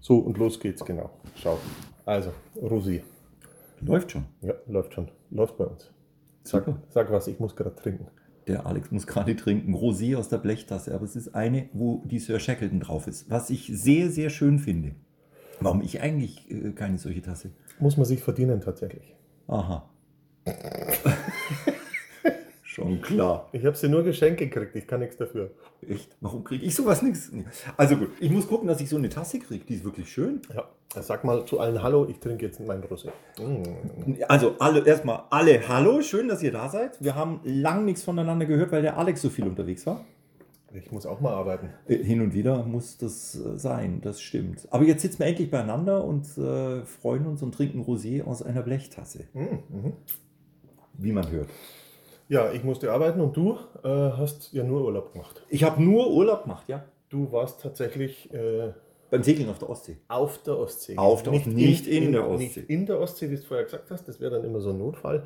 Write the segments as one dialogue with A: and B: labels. A: So, und los geht's, genau. Schau. Also, Rosi.
B: Läuft schon.
A: Ja, läuft schon. Läuft bei uns. Sag,
B: Super.
A: sag was, ich muss gerade trinken.
B: Der Alex muss gerade trinken. Rosé aus der Blechtasse. Aber es ist eine, wo die Sir Shackleton drauf ist. Was ich sehr, sehr schön finde. Warum ich eigentlich äh, keine solche Tasse?
A: Muss man sich verdienen tatsächlich.
B: Aha. schon klar.
A: Ich habe sie nur geschenkt gekriegt, ich kann nichts dafür.
B: Echt? Warum kriege ich sowas nichts? Also gut, ich muss gucken, dass ich so eine Tasse kriege. Die ist wirklich schön.
A: Ja, sag mal zu allen Hallo, ich trinke jetzt meinen Rosé. Mm.
B: Also alle, erstmal alle Hallo, schön, dass ihr da seid. Wir haben lang nichts voneinander gehört, weil der Alex so viel unterwegs war.
A: Ich muss auch mal arbeiten.
B: Äh, Hin und wieder muss das äh, sein, das stimmt. Aber jetzt sitzen wir endlich beieinander und äh, freuen uns und trinken Rosé aus einer Blechtasse,
A: Mm, Mhm.
B: wie man hört.
A: Ja, ich musste arbeiten und du äh, hast ja nur Urlaub gemacht.
B: Ich habe nur Urlaub gemacht, ja.
A: Du warst tatsächlich äh,
B: Beim Segeln auf der Ostsee.
A: auf der Ostsee.
B: Auf der Ostsee, nicht in der Ostsee.
A: Nicht in der Ostsee, wie du es vorher gesagt hast, das wäre dann immer so ein Notfall.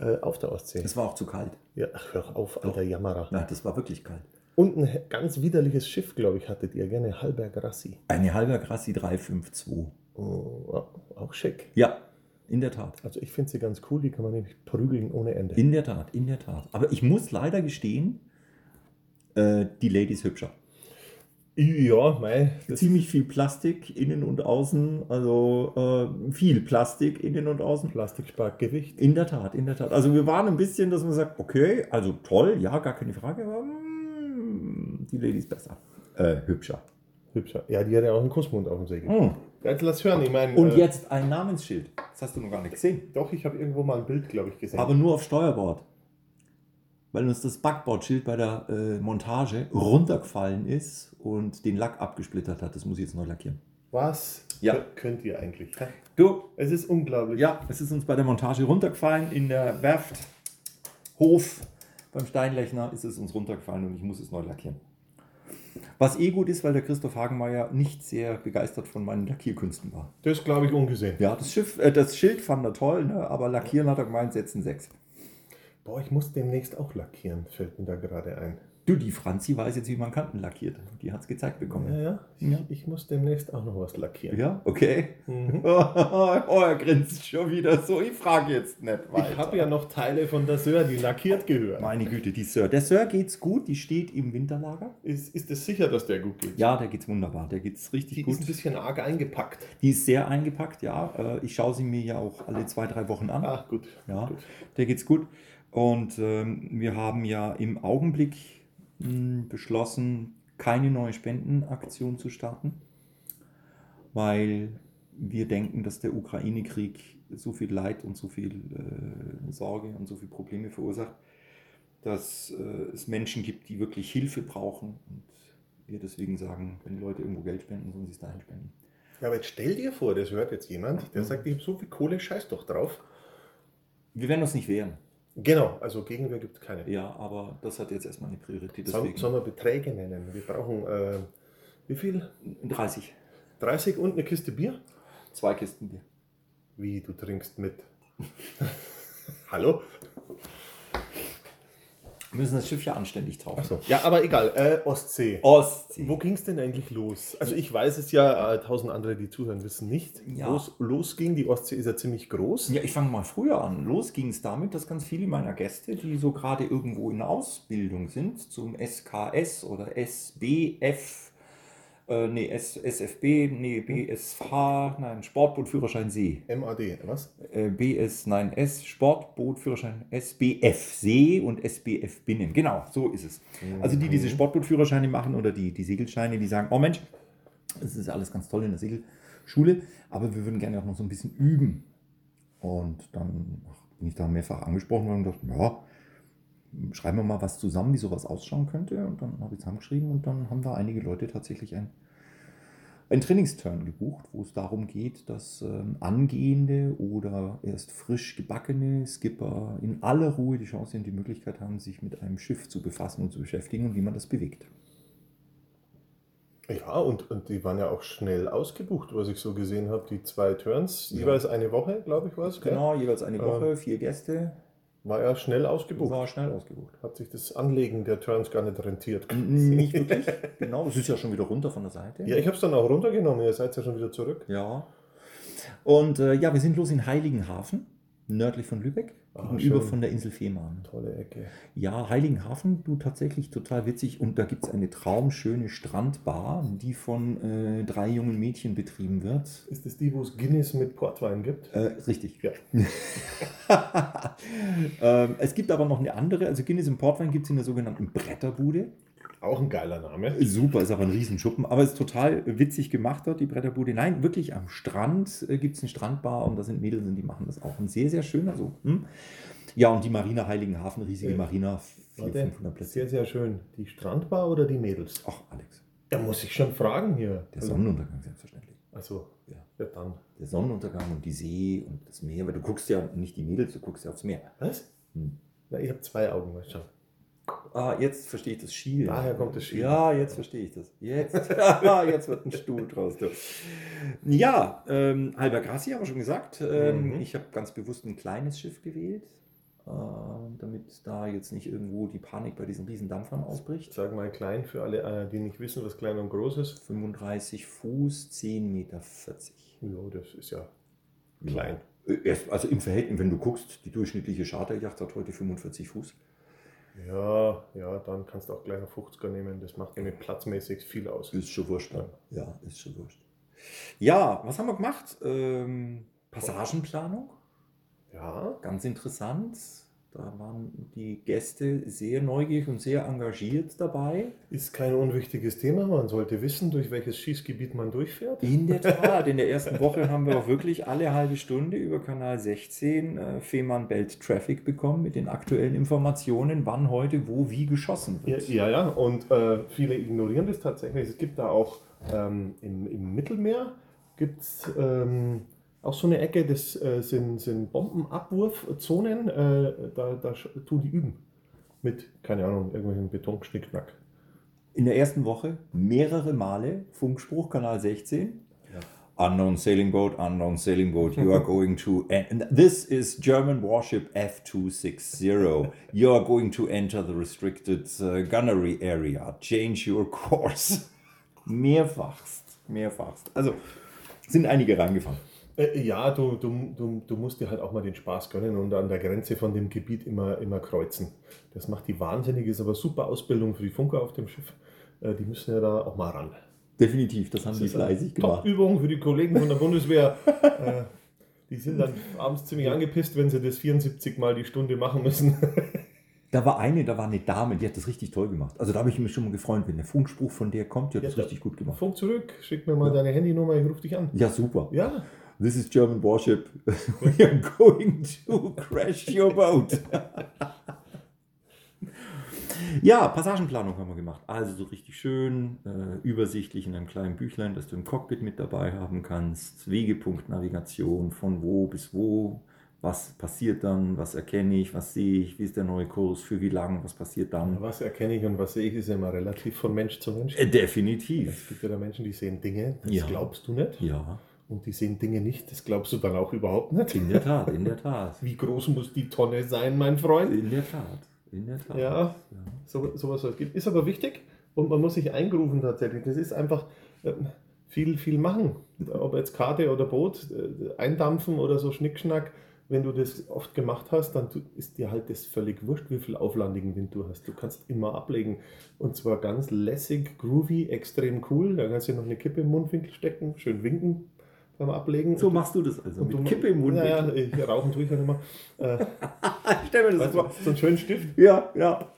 A: Äh, auf der Ostsee.
B: Es war auch zu kalt.
A: Ja, ach, hör auf, alter Jammerer.
B: Nein, das war wirklich kalt.
A: Und ein ganz widerliches Schiff, glaube ich, hattet ihr, gerne Halberg Rassi.
B: Eine halbe Grassi 352.
A: Oh, ja, auch schick.
B: Ja, in der Tat.
A: Also ich finde sie ganz cool, die kann man nämlich prügeln ohne Ende.
B: In der Tat, in der Tat. Aber ich muss leider gestehen, äh, die Lady ist hübscher.
A: ja, mei. Das,
B: Ziemlich viel Plastik innen und außen, also äh, viel Plastik innen und außen.
A: Plastik spart Gewicht.
B: In der Tat, in der Tat. Also wir waren ein bisschen, dass man sagt, okay, also toll, ja, gar keine Frage, aber mm, die Lady ist besser. Äh, hübscher.
A: Hübscher. Ja, die hat ja auch einen Kussmund auf dem Segel.
B: Mm.
A: Jetzt lass hören, ich meine.
B: Und
A: äh,
B: jetzt ein Namensschild. Das hast du noch gar nicht gesehen.
A: Doch, ich habe irgendwo mal ein Bild, glaube ich, gesehen.
B: Aber nur auf Steuerbord. Weil uns das Backbordschild bei der äh, Montage runtergefallen ist und den Lack abgesplittert hat. Das muss ich jetzt neu lackieren.
A: Was
B: Ja.
A: kö- könnt ihr eigentlich? hä?
B: Du,
A: Es ist unglaublich.
B: Ja, es ist uns bei der Montage runtergefallen in der Werft Hof beim Steinlechner ist es uns runtergefallen und ich muss es neu lackieren. Was eh gut ist, weil der Christoph Hagenmeier nicht sehr begeistert von meinen Lackierkünsten war.
A: Das glaube ich ungesehen.
B: Ja, das Schiff, äh, das Schild fand er toll, ne? aber lackieren hat er gemeint, setzen sechs.
A: Boah, ich muss demnächst auch lackieren, fällt mir da gerade ein.
B: Du, die Franzi weiß jetzt, wie man Kanten lackiert. Die hat es gezeigt
A: Ja,
B: bekommen.
A: ja. Ich,
B: Ja.
A: ich muss demnächst auch noch was lackieren.
B: Ja, okay.
A: Mhm.
B: oh, er grinst schon wieder so. Ich frage jetzt nicht weiter.
A: Ich habe ja noch Teile von der Sör, die lackiert gehören.
B: Meine Güte, die Sir. Der Sir geht's gut, die steht im Winterlager.
A: Ist, ist es sicher, dass der gut geht?
B: Ja, der geht's wunderbar. Der geht's richtig
A: Die
B: gut.
A: ist ein bisschen arg eingepackt.
B: die ist sehr eingepackt, ja. Äh, Ich schaue sie mir ja auch alle zwei, drei Wochen an.
A: Ach gut.
B: ja,
A: gut.
B: der geht's gut. Und ähm, wir haben ja im Augenblick mh, beschlossen, keine neue Spendenaktion zu starten, weil wir denken, dass der Ukraine-Krieg so viel Leid und so viel äh, Sorge und so viele Probleme verursacht, dass äh, es Menschen gibt, die wirklich Hilfe brauchen. Und wir deswegen sagen, wenn die Leute irgendwo Geld spenden, sollen sie es dahin spenden.
A: Ja, aber jetzt stell dir vor, das hört jetzt jemand, der sagt, ich habe so viel Kohle, scheiß doch drauf.
B: Wir werden uns nicht wehren.
A: Genau, also Gegenwehr gibt es keine.
B: Ja, aber das hat jetzt erstmal eine Priorität.
A: Sollen
B: Deswegen
A: sollen wir Beträge nennen? Wir brauchen, äh, wie viel?
B: 30.
A: 30 und eine Kiste Bier?
B: Zwei Kisten Bier.
A: Wie, du trinkst mit. Hallo?
B: Wir müssen das Schiff ja anständig tauchen.
A: Achso. Ja, aber egal, äh, Ostsee.
B: Ostsee.
A: Wo ging es denn eigentlich los? Also ich weiß es ja, äh, tausend andere, die zuhören, wissen nicht.
B: Ja.
A: Wo es losging, die Ostsee ist ja ziemlich groß.
B: Ja, ich fange mal früher an. Los ging es damit, dass ganz viele meiner Gäste, die so gerade irgendwo in Ausbildung sind, zum SKS oder SBF, äh, nee, S, SFB, nee, BSH, nein, Sportboot, Führerschein See.
A: MAD, was?
B: Äh, BS, nein, S, Sportboot, Führerschein, SBF See und SBF Binnen. Genau, so ist es. Also die, die diese
A: Mhm.
B: Sportbootführerscheine machen oder die, die Segelscheine, die sagen, oh Mensch, es ist alles ganz toll in der Segelschule, aber wir würden gerne auch noch so ein bisschen üben. Und dann bin ich da mehrfach angesprochen worden und dachte, ja, schreiben wir mal was zusammen, wie sowas ausschauen könnte. Und dann habe ich zusammengeschrieben und dann haben da einige Leute tatsächlich ein einen Trainingsturn gebucht, wo es darum geht, dass ähm, angehende oder erst frisch gebackene Skipper in aller Ruhe die Chance und die Möglichkeit haben, sich mit einem Schiff zu befassen und zu beschäftigen und wie man das bewegt.
A: Ja, und, und die waren ja auch schnell ausgebucht, was ich so gesehen habe. Die zwei Turns, jeweils eine Woche, glaube ich, war es. gell?
B: Genau, jeweils eine
A: Ähm,
B: Woche, vier Gäste,
A: War ja schnell ausgebucht.
B: war schnell ausgebucht.
A: Hat sich das Anlegen der Turns gar nicht rentiert.
B: Nicht wirklich, genau, es ist ja schon wieder runter von der Seite.
A: Ja, ich habe es dann auch runtergenommen. Ihr seid ja schon wieder zurück.
B: Ja. Und äh, ja, wir sind los in Heiligenhafen, nördlich von Lübeck,
A: Ah,
B: gegenüber
A: schön.
B: von der Insel Fehmarn.
A: Tolle Ecke.
B: Ja, Heiligenhafen, du tatsächlich total witzig. Und da gibt es eine traumschöne Strandbar, die von äh, drei jungen Mädchen betrieben wird.
A: Ist das die, wo es Guinness mit Portwein gibt?
B: Äh, richtig.
A: Ja.
B: ähm, es gibt aber noch eine andere, also Guinness im Portwein gibt es in der sogenannten Bretterbude.
A: Auch ein geiler Name.
B: Super, ist aber ein Riesenschuppen. Aber ist total witzig gemacht dort, die Bretterbude. Nein, wirklich am Strand äh, gibt es eine Strandbar und da sind Mädels und die machen das auch. Und sehr, sehr schön. Also, hm. Ja, und die Marina Heiligenhafen, riesige
A: Äh,
B: Marina, 400,
A: Warte,
B: 500 Plätze.
A: sehr, sehr schön. Die Strandbar oder die Mädels?
B: Ach, Alex,
A: Da muss ich schon fragen hier.
B: der Sonnenuntergang selbstverständlich.
A: Also,
B: Ja.
A: ja. ja dann.
B: Der Sonnenuntergang und die See und das Meer, weil du guckst ja nicht die Mädels, du guckst ja aufs Meer.
A: Was?
B: Hm.
A: Na, ich habe zwei Augen, weißt du schon.
B: Ah, jetzt verstehe ich das Schielen.
A: Daher kommt das Schielen.
B: Ja, jetzt verstehe ich das. Jetzt, jetzt wird ein Stuhl draus. Du. Ja, ähm, Halber Grassi haben wir schon gesagt. Ähm,
A: Mhm.
B: Ich habe ganz bewusst ein kleines Schiff gewählt, äh, damit da jetzt nicht irgendwo die Panik bei diesen riesen Dampfern
A: Ich
B: ausbricht.
A: sage mal klein für alle, äh, die nicht wissen, was klein und groß ist.
B: 35 Fuß, 10,40 Meter.
A: Ja, das ist ja klein.
B: Äh, erst- Also im Verhältnis, wenn du guckst, die durchschnittliche Charterjacht hat heute 45 Fuß.
A: Ja, ja, dann kannst du auch gleich einen 50er nehmen. Das macht nämlich platzmäßig viel aus.
B: Ist schon wurscht. ne? Ja, ist schon wurscht. Ja, was haben wir gemacht? Ähm, Passagenplanung,
A: Ja,
B: ganz interessant. Da waren die Gäste sehr neugierig und sehr engagiert dabei.
A: ist kein unwichtiges Thema. Man sollte wissen, durch welches Schießgebiet man durchfährt.
B: In der Tat, in der ersten Woche haben wir auch wirklich alle halbe Stunde über Kanal 16 äh, Fehmarn Belt Traffic bekommen mit den aktuellen Informationen, wann heute wo wie geschossen
A: Ja,
B: wird.
A: ja, ja. und äh, viele ignorieren das tatsächlich. Es gibt da auch ähm, im, im Mittelmeer gibt's, ähm, auch so eine Ecke, das äh, sind, sind Bombenabwurfzonen. Äh, da, da sch- tun die üben. Mit, keine Ahnung, irgendwelchen Betonschnickschnack.
B: In der ersten Woche mehrere Male Funkspruch Kanal 16.
A: Ja.
B: Unknown sailing boat, unknown sailing boat, you are going to. En- this is German warship F260. You are going to enter the restricted uh, gunnery area. Change your course. Mehrfachst. Mehrfachst. Also sind einige reingefahren.
A: Äh, ja, du, du, du, du musst dir halt auch mal den Spaß gönnen und an der Grenze von dem Gebiet immer, immer kreuzen. Das macht die wahnsinnige, ist aber super Ausbildung für die Funker auf dem Schiff. Äh, die müssen ja da auch mal ran.
B: Definitiv, das haben sie
A: ist eine
B: fleißig gemacht.
A: Top-Übung für die Kollegen von der Bundeswehr. äh, die sind dann abends ziemlich angepisst, wenn sie das 74 Mal die Stunde machen müssen.
B: Da war eine, da war eine Dame, die hat das richtig toll gemacht. Also da habe ich mich schon mal gefreut, wenn der Funkspruch von der kommt, die hat
A: Ja,
B: das
A: da-
B: richtig gut gemacht.
A: Funk zurück, schick mir mal
B: Ja.
A: deine Handynummer, ich rufe dich an.
B: Ja, super.
A: Ja,
B: This is German warship. We are going to crash your boat. ja, Passagenplanung haben wir gemacht. Also so richtig schön, äh, übersichtlich in einem kleinen Büchlein, das du im Cockpit mit dabei haben kannst. Wegepunkt, Navigation, von wo bis wo. Was passiert dann? Was erkenne ich? Was sehe ich? Wie ist der neue Kurs? Für wie lang? Was passiert dann?
A: was erkenne ich und was sehe ich, ist ja immer relativ von Mensch zu Mensch.
B: Äh,
A: Es
B: definitiv.
A: gibt ja da Menschen, die sehen Dinge, das
B: Ja.
A: glaubst du nicht.
B: Ja,
A: Und die sehen Dinge nicht, das glaubst du dann auch überhaupt nicht.
B: in der Tat, in der Tat.
A: Wie groß muss die Tonne sein, mein Freund?
B: In der Tat, in der Tat.
A: Ja. So, sowas soll es gibt. Ist aber wichtig und man muss sich eingerufen tatsächlich. Das ist einfach ähm, viel, viel machen. Ob jetzt Karte oder Boot, äh, eindampfen oder so Schnickschnack. Wenn du das oft gemacht hast, dann tu- ist dir halt das völlig wurscht, wie viel auflandigen Wind du hast. Du kannst immer ablegen. Und zwar ganz lässig, groovy, extrem cool. Da kannst du noch eine Kippe im Mundwinkel stecken, schön winken beim Ablegen.
B: So machst du das also, mit
A: du-
B: Kippe im Mund.
A: Naja, ich rauchen tue ich halt immer. Also, Äh,
B: Ich stell mir das
A: weißt du, so einen schönen Stift.
B: Ja, ja.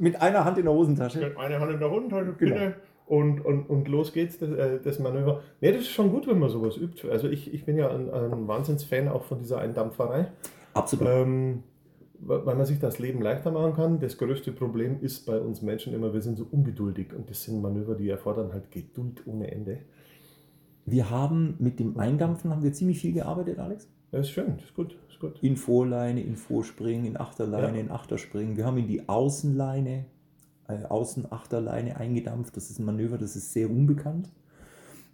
B: Mit einer Hand in der Hosentasche.
A: Eine Hand in der Hosentasche,
B: Genau.
A: bitte. Und, und, und los geht's, das, äh, das Manöver. Ne, das ist schon gut, wenn man sowas übt. Also ich, ich bin ja ein, ein Wahnsinnsfan auch von dieser Eindampferei,
B: Absolut.
A: ähm, weil weil man sich das Leben leichter machen kann. Das größte Problem ist bei uns Menschen immer, wir sind so ungeduldig und das sind Manöver, die erfordern halt Geduld ohne Ende.
B: Wir haben mit dem Eindampfen haben wir ziemlich viel gearbeitet, Alex.
A: Ja, ist schön, ist gut, ist gut.
B: In Vorleine, in Vorspringen, in Achterleine,
A: Ja.
B: in Achterspringen. Wir haben in die Außenleine, äh, Außenachterleine eingedampft. Das ist ein Manöver, das ist sehr unbekannt.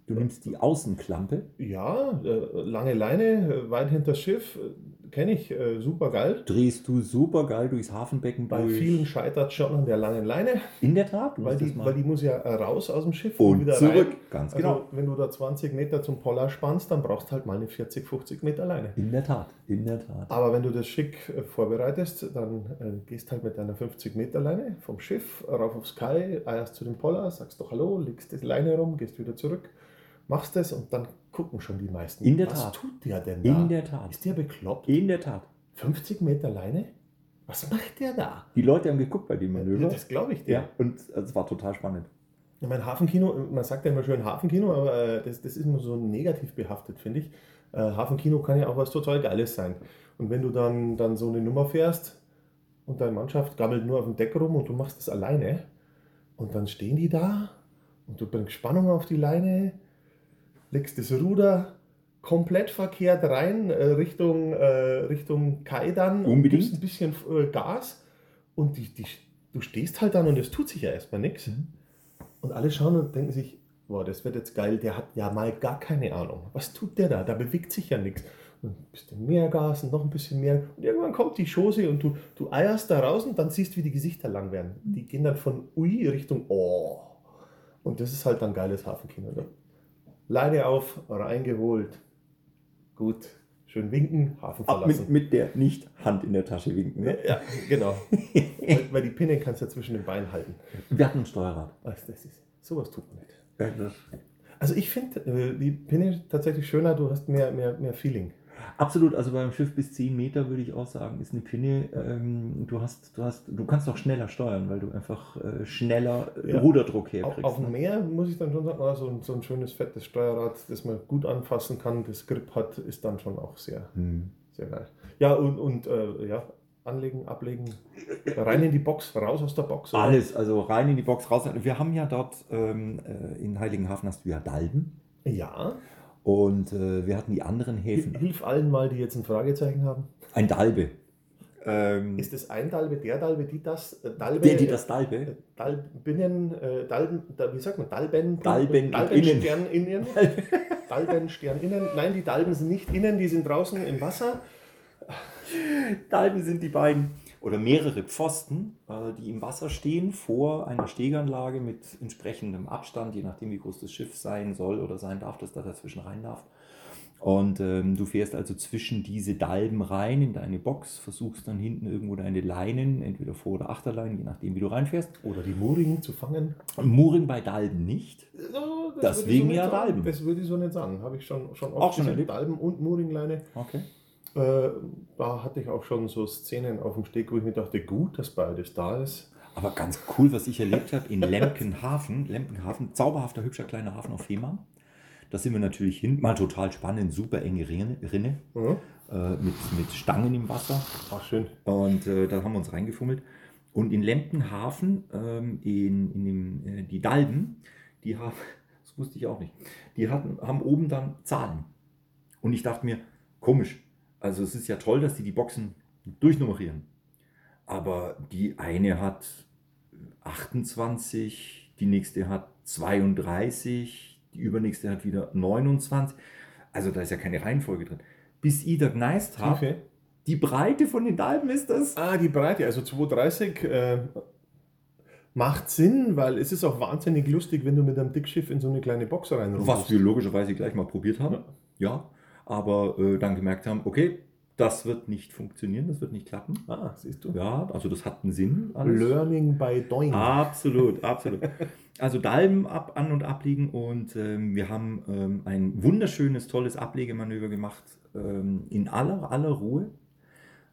B: Du nimmst die Außenklampe.
A: Ja, äh, lange Leine, äh, weit hinter Schiff, äh, kenne ich, äh, super geil.
B: drehst du super geil durchs Hafenbecken
A: Bei
B: durch.
A: vielen scheitert schon an der langen Leine,
B: In der Tat, du
A: weil
B: musst
A: die,
B: das mal-
A: weil die muss ja äh, raus aus dem Schiff
B: und zurück.
A: rein.
B: Ganz
A: Also,
B: genau.
A: wenn du da 20 Meter zum Poller spannst, dann brauchst du halt mal eine 40, 50 Meter Leine.
B: In der Tat, in der Tat.
A: Aber wenn du das schick äh, vorbereitest, dann äh, gehst halt mit deiner 50 Meter Leine vom Schiff rauf aufs Kai, eierst zu dem Poller, sagst doch Hallo, legst die Leine rum, gehst wieder zurück, machst das und dann gucken schon die meisten.
B: In der
A: Was
B: Tat.
A: tut der denn da?
B: In der Tat.
A: Ist der bekloppt?
B: In der Tat.
A: 50 Meter Leine? Was macht der da?
B: Die Leute haben geguckt bei dem Manöver.
A: Das glaube ich dir.
B: Ja, und es war total spannend.
A: Ich meine, Hafenkino, man sagt ja immer schön Hafenkino, aber äh, das, das ist nur so negativ behaftet, finde ich. Äh, Hafenkino kann ja auch was total Geiles sein. Und wenn du dann, dann so eine Nummer fährst und deine Mannschaft gabbelt nur auf dem Deck rum und du machst das alleine und dann stehen die da und du bringst Spannung auf die Leine, legst das Ruder komplett verkehrt rein äh, Richtung, äh, Richtung Kai dann und
B: Unbedingt.
A: gibst ein bisschen äh, Gas und die, die, du stehst halt dann und es tut sich ja erstmal nichts. Und alle schauen und denken sich, boah, das wird jetzt geil, der hat ja mal gar keine Ahnung. Was tut der da? Da bewegt sich ja nichts. Und ein bisschen mehr Gas und noch ein bisschen mehr. Und irgendwann kommt die Chose und du, du eierst da raus und dann siehst, wie die Gesichter lang werden. Die gehen dann von Ui Richtung Oh. Und das ist halt dann geiles Hafenkino. Ne? Leine auf, reingeholt. Gut. Schön winken, Hafen
B: Ab
A: verlassen.
B: mit, mit der nicht Hand in der Tasche winken. Ne?
A: ja, genau. weil, weil die Pinne kannst du ja zwischen den Beinen halten.
B: Wir hatten ein Steuerrad.
A: Also das ist, sowas tut man nicht.
B: Ja.
A: Also ich finde äh, die Pinne tatsächlich schöner, du hast mehr, mehr, mehr Feeling.
B: Absolut, also beim Schiff bis 10 Meter würde ich auch sagen, ist eine Pinne. Ähm, du, hast, du, hast, du kannst auch schneller steuern, weil du einfach äh, schneller äh,
A: Ja.
B: Ruderdruck
A: Auf,
B: herkriegst.
A: auf dem
B: ne?
A: Meer muss ich dann schon sagen, ah, so, ein, so ein schönes fettes Steuerrad, das man gut anfassen kann, das Grip hat, ist dann schon auch sehr,
B: Hm.
A: sehr geil. Ja, und, und äh, ja, anlegen, ablegen, rein in die Box, raus aus der Box. oder?
B: Alles, also rein in die Box, raus. Wir haben ja dort ähm, äh, in Heiligenhafen hast du ja Dalben
A: Ja,
B: und äh, wir hatten die anderen
A: Hil-
B: Häfen.
A: hilf allen mal, die jetzt ein Fragezeichen haben.
B: Ein Dalbe. Ähm,
A: Ist das ein Dalbe, der Dalbe, die das? Äh, Dalbe,
B: der, die das Dalbe?
A: Dalbinnen, äh, Dalben, da, wie sagt man, Dalben,
B: Dalben- innen.
A: Stern innen. Dalben Stern innen. Nein, die Dalben sind nicht innen, die sind draußen im Wasser.
B: Dalben sind die beiden oder mehrere Pfosten, äh, die im Wasser stehen vor einer Steganlage mit entsprechendem Abstand, je nachdem wie groß das Schiff sein soll oder sein darf, dass da dazwischen rein darf. Und ähm, du fährst also zwischen diese Dalben rein in deine Box, versuchst dann hinten irgendwo deine Leinen, entweder Vor- oder Achterleinen, je nachdem wie du reinfährst.
A: Oder die Murigen zu fangen.
B: Muring bei Dalben nicht.
A: So, das
B: Deswegen
A: würde ich so nicht
B: ja
A: sagen.
B: Dalben.
A: Das würde ich so nicht sagen. Habe ich schon, schon oft
B: Auch schon
A: gesehen.
B: erlebt.
A: Dalben und Muringleine.
B: Okay.
A: Äh, da hatte ich auch schon so Szenen auf dem Steg, wo ich mir dachte, gut, dass beides da ist.
B: Aber ganz cool, was ich erlebt habe in Lemkenhafen. Lemkenhafen, zauberhafter, hübscher kleiner Hafen auf Fehmarn. Da sind wir natürlich hin. Mal total spannend, super enge Rinne, Rinne
A: Mhm.
B: äh, mit, mit Stangen im Wasser.
A: Ach, schön.
B: Und äh, da haben wir uns reingefummelt. Und in Lemkenhafen, ähm, in, in dem, äh, die Dalben, die haben, das wusste ich auch nicht, die hatten, haben oben dann Zahlen. Und ich dachte mir, komisch, also es ist ja toll, dass die die Boxen durchnummerieren. Aber die eine hat 28, die nächste hat 32, die übernächste hat wieder 29. Also da ist ja keine Reihenfolge drin. Bis Ida Gneist hat,
A: Tiefe.
B: die Breite von den Dalben ist das.
A: Ah, die Breite, also 230 äh, macht Sinn, weil es ist auch wahnsinnig lustig, wenn du mit einem Dickschiff in so eine kleine Box reinrufst.
B: Was wir logischerweise gleich mal probiert haben.
A: Ja.
B: Ja. Aber äh, dann gemerkt haben, okay, das wird nicht funktionieren, das wird nicht klappen.
A: Ah, siehst du.
B: Ja, also das hat einen Sinn. alles. Ah.
A: Learning by doing.
B: Absolut, absolut. Also Dalben ab, an und abliegen und ähm, wir haben ähm, ein wunderschönes, tolles Ablegemanöver gemacht ähm, in aller, aller Ruhe.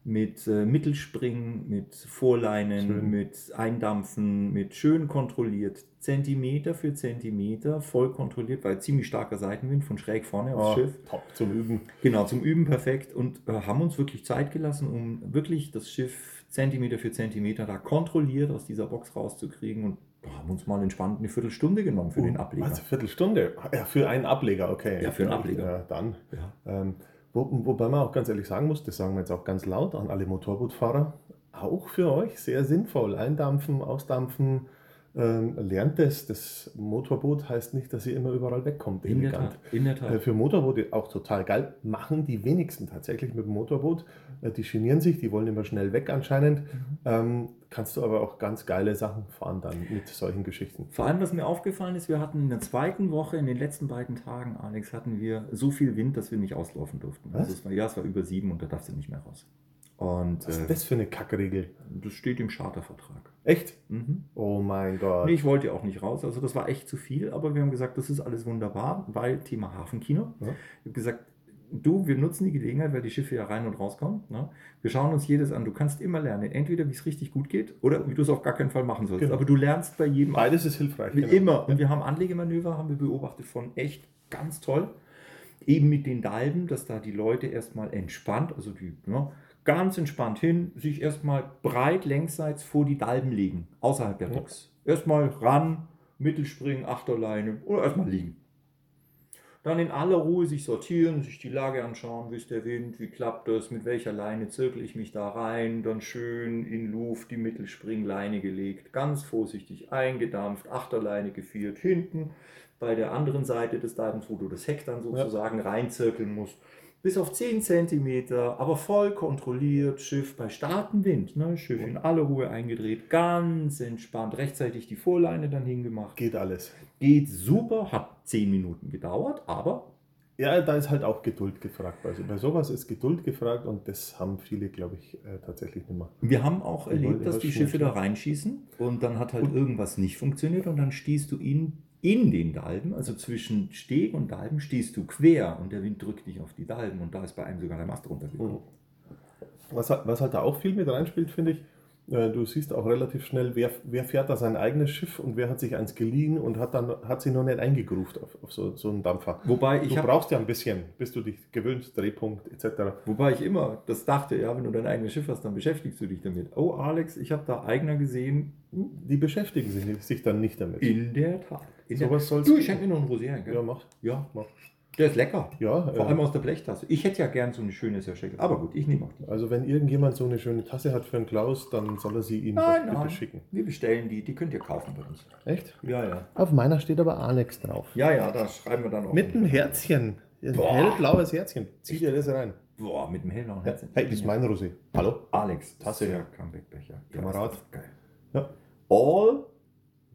B: Mit äh, Mittelspringen, mit Vorleinen,
A: Schön.
B: mit Eindampfen, mit schön kontrolliert, Zentimeter für Zentimeter, voll kontrolliert, weil ziemlich starker Seitenwind von schräg vorne aufs
A: Ah,
B: Schiff.
A: Top zum Üben.
B: Genau, zum Üben perfekt und äh, haben uns wirklich Zeit gelassen, um wirklich das Schiff Zentimeter für Zentimeter da kontrolliert aus dieser Box rauszukriegen und da haben wir uns mal entspannt eine Viertelstunde genommen für den Ableger.
A: Also Viertelstunde. Ah, Ja, für einen Ableger, okay.
B: Ja, für einen Ableger.
A: Ja, dann.
B: Ja.
A: Ähm, wo, wobei man auch ganz ehrlich sagen muss, das sagen wir jetzt auch ganz laut an alle Motorbootfahrer, auch für euch sehr sinnvoll. Eindampfen, ausdampfen, ähm, lernt es. Das Motorboot heißt nicht, dass ihr immer überall wegkommt.
B: in der Tat. In der Tat.
A: Äh, Für Motorboote auch total geil. Machen die wenigsten tatsächlich mit dem Motorboot. Äh, Die genieren sich, die wollen immer schnell weg anscheinend. Ähm, kannst du aber auch ganz geile Sachen fahren dann mit solchen Geschichten.
B: Vor allem, was mir aufgefallen ist, wir hatten in der zweiten Woche, in den letzten beiden Tagen, Alex, hatten wir so viel Wind, dass wir nicht auslaufen durften.
A: Was?
B: Also es war, ja, es war über sieben und da darfst du nicht mehr raus. Und
A: Was
B: äh,
A: ist das für eine Kackregel?
B: das steht im Chartervertrag.
A: Echt?
B: Mhm.
A: Oh mein Gott.
B: Nee, ich wollte ja auch nicht raus. Also das war echt zu viel, aber wir haben gesagt, das ist alles wunderbar, weil Thema Hafenkino.
A: Ja.
B: Ich habe gesagt, du, wir nutzen die Gelegenheit, weil die Schiffe ja rein und rauskommen. Ne? Wir schauen uns jedes an. Du kannst immer lernen, entweder wie es richtig gut geht oder wie du es auf gar keinen Fall machen sollst.
A: Genau.
B: Aber du lernst bei jedem
A: Beides ist hilfreich.
B: wie
A: genau.
B: immer. Und wir haben Anlegemanöver, haben wir beobachtet von echt ganz toll. Eben mit den Dalben, dass da die Leute erstmal entspannt, also die ne, ganz entspannt hin, sich erstmal breit längsseits vor die Dalben legen, außerhalb der
A: Ja.
B: Box. Erstmal ran, Mittelspringen, Achterleine oder erstmal liegen. Dann in aller Ruhe sich sortieren, sich die Lage anschauen, wie ist der Wind, wie klappt das, mit welcher Leine zirkel ich mich da rein, dann schön in Luft die Mittelspringleine gelegt, ganz vorsichtig eingedampft, Achterleine gefiert, hinten bei der anderen Seite des Dalbens, wo du das Heck dann sozusagen reinzirkeln musst, bis auf 10 cm, aber voll kontrolliert, Schiff bei starkem Wind, ne? Schiff in aller Ruhe eingedreht, ganz entspannt, rechtzeitig die Vorleine dann hingemacht.
A: Geht alles.
B: Geht super, hat 10 Minuten gedauert, aber
A: Ja, da ist halt auch Geduld gefragt. Also bei sowas ist Geduld gefragt und das haben viele, glaube ich, äh, tatsächlich nicht mehr.
B: wir haben auch
A: Die
B: erlebt,
A: wollen
B: dass
A: ihre
B: die
A: Schuhe
B: Schiffe da reinschießen und dann hat halt irgendwas nicht funktioniert und dann stehst du in, in den Dalben, also zwischen Steg und Dalben stehst du quer und der Wind drückt dich auf die Dalben und da ist bei einem sogar der Mast runtergekommen.
A: Was, halt- was halt da auch viel mit reinspielt, finde ich, äh, du siehst auch relativ schnell, wer, wer fährt da sein eigenes Schiff und wer hat sich eins geliehen und hat dann hat sie noch nicht eingegruft auf, auf so, so einen Dampfer.
B: Wobei
A: Du
B: ich, hab,
A: brauchst ja ein bisschen, bis du dich gewöhnst, Drehpunkt etc.
B: wobei ich immer das dachte, ja, wenn du dein eigenes Schiff hast, dann beschäftigst du dich damit. Oh, Alex, ich habe da eigener gesehen.
A: Die beschäftigen sich, sich dann nicht damit.
B: In der Tat. In der
A: Sowas soll's-
B: du, ich schenk mir noch einen Rosé ein, gell?
A: Ja, mach.
B: Ja.
A: mach.
B: Der ist lecker.
A: Ja,
B: Vor
A: äh,
B: allem aus der Blechtasse. Ich hätte ja gern so eine schöne Serscheckel. Aber gut, ich nehme auch die.
A: also wenn irgendjemand so eine schöne Tasse hat für einen Klaus, dann soll er sie ihm
B: Nein,
A: doch
B: nein.
A: bitte schicken.
B: Wir bestellen die. Die könnt ihr kaufen bei uns.
A: Echt?
B: Ja, ja.
A: Auf meiner steht aber Alex drauf.
B: Ja, ja, da schreiben wir dann auch.
A: Mit einem Herzchen. Ein
B: Boah.
A: hellblaues Herzchen. Zieh dir das rein.
B: Boah, mit dem hellblauen Herzen.
A: Hey, das ist mein Rosé. Hallo?
B: Alex, das
A: Tasse.
B: ist ja Comeback-Becher. Ja,
A: Kamerad.
B: ist das Geil.
A: Ja.
B: All